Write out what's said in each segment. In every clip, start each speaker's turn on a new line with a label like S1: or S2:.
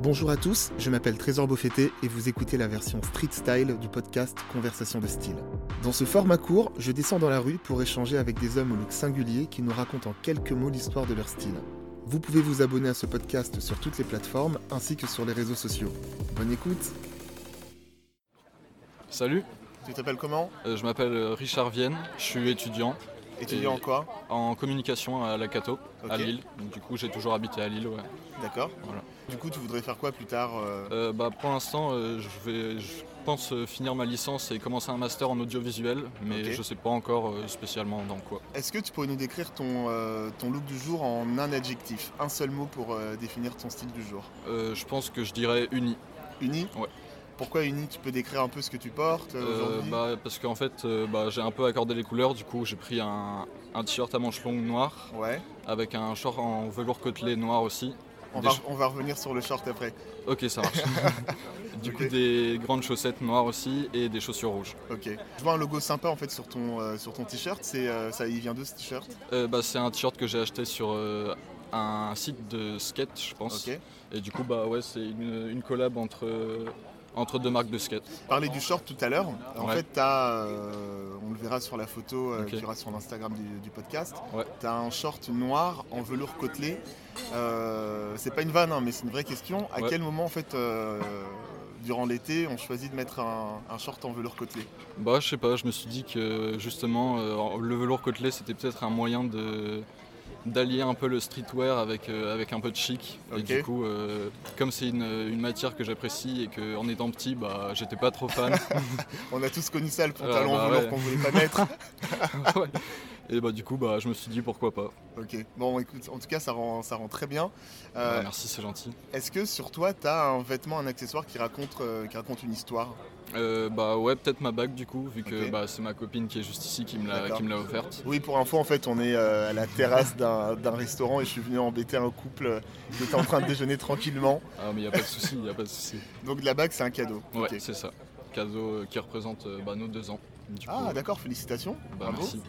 S1: Bonjour à tous, je m'appelle Trésor Beaufetté et vous écoutez la version street style du podcast Conversation de style. Dans ce format court, je descends dans la rue pour échanger avec des hommes au look singulier qui nous racontent en quelques mots l'histoire de leur style. Vous pouvez vous abonner à ce podcast sur toutes les plateformes ainsi que sur les réseaux sociaux. Bonne écoute
S2: Salut,
S1: Tu t'appelles comment
S2: euh, je m'appelle euh, Richard Vienne, je suis étudiant
S1: Étudiant en quoi
S2: en communication à la Cato, à
S1: Ok.
S2: Lille. Donc, du coup, j'ai toujours habité à Lille. ouais.
S1: D'accord.
S2: Voilà.
S1: Du coup, tu voudrais faire quoi plus tard euh,
S2: Euh, bah, pour l'instant, euh, je vais, je pense euh, finir ma licence et commencer un master en audiovisuel, mais
S1: Ok.
S2: je sais pas encore euh, spécialement dans quoi.
S1: Est-ce que tu pourrais nous décrire ton, euh, ton look du jour en un adjectif Un seul mot pour euh, définir ton style du jour
S2: Euh, je pense que je dirais uni.
S1: Uni
S2: Ouais.
S1: Pourquoi uni Tu peux décrire un peu ce que tu portes euh,
S2: Euh,
S1: aujourd'hui
S2: bah, parce qu'en fait, euh, bah, j'ai un peu accordé les couleurs. Du coup, j'ai pris un, un t-shirt à manches longues noir
S1: Ouais.
S2: avec un short en velours côtelé noir aussi.
S1: On
S2: Des
S1: va,
S2: ch-
S1: on va revenir sur le short après.
S2: Ok, ça marche. du coup,
S1: Ok.
S2: des grandes chaussettes noires aussi et des chaussures rouges.
S1: Ok. Je vois un logo sympa en fait sur ton, euh, sur ton t-shirt. C'est euh, ça, il vient de ce t-shirt.
S2: Euh, bah, C'est un t-shirt que j'ai acheté sur euh, un site de skate, je pense.
S1: Ok.
S2: Et du coup, bah, ouais, c'est une, une collab entre, euh, entre deux marques de skate.
S1: Parler du short tout à l'heure. En
S2: Ouais.
S1: fait, t'as, euh, on le verra sur la photo euh,
S2: Ok.
S1: qu'il y aura sur l'Instagram du, du podcast.
S2: Ouais.
S1: T'as un short noir en velours côtelé. Euh, c'est pas une vanne, hein, mais c'est une vraie question. À
S2: Ouais.
S1: quel moment en fait, euh, durant l'été, on choisit de mettre un, un short en velours côtelé
S2: Bah, je sais pas, je me suis dit que justement, euh, le velours côtelé, c'était peut-être un moyen de d'allier un peu le streetwear avec, euh, avec un peu de chic
S1: Ok.
S2: et du coup euh, comme c'est une, une matière que j'apprécie et que en étant petit bah j'étais pas trop fan
S1: On a tous connu ça, le pantalon
S2: bah
S1: en velours
S2: ouais.
S1: qu'on voulait pas mettre.
S2: Ouais. et bah du coup bah je me suis dit pourquoi pas
S1: ok. Bon, écoute, en tout cas, ça rend, ça rend très bien. Euh,
S2: Ouais, Bah, merci c'est gentil
S1: Est-ce que sur toi, t'as un vêtement, un accessoire qui raconte, euh, qui raconte une histoire
S2: Euh, bah ouais peut-être ma bague du coup vu que
S1: Ok.
S2: bah, c'est ma copine qui est juste ici qui me l'a
S1: D'accord.
S2: qui me l'a offerte.
S1: Oui, pour info, en fait, on est euh, à la terrasse d'un d'un restaurant et je suis venu embêter un couple euh, qui était en train de déjeuner tranquillement.
S2: Ah mais y a pas de souci, y a pas de souci.
S1: Donc la bague, c'est un cadeau.
S2: Ouais
S1: Ok.
S2: c'est ça. Cadeau euh, qui représente euh, bah, nos deux ans. Du coup,
S1: Ah,
S2: euh,
S1: d'accord, félicitations.
S2: bah,
S1: bravo.
S2: merci.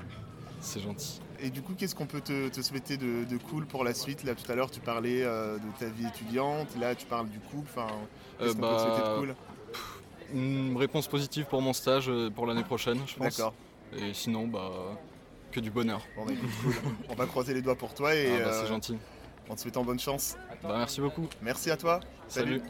S2: C'est gentil.
S1: Et du coup, qu'est-ce qu'on peut te, te souhaiter de, de cool pour la suite Là, tout à l'heure, tu parlais euh, de ta vie étudiante. Là, tu parles du couple. Enfin, qu'est-ce
S2: Euh,
S1: qu'on peut te souhaiter de
S2: bah,
S1: cool
S2: une réponse positive pour mon stage euh, pour l'année prochaine je pense.
S1: D'accord.
S2: Et sinon bah que du bonheur.
S1: Bon, bah, écoute, cool. on va croiser les doigts pour toi et
S2: Ah, bah,
S1: euh,
S2: c'est gentil.
S1: en te souhaitant bonne chance.
S2: Bah merci beaucoup.
S1: Merci à toi. Salut.
S2: Salut.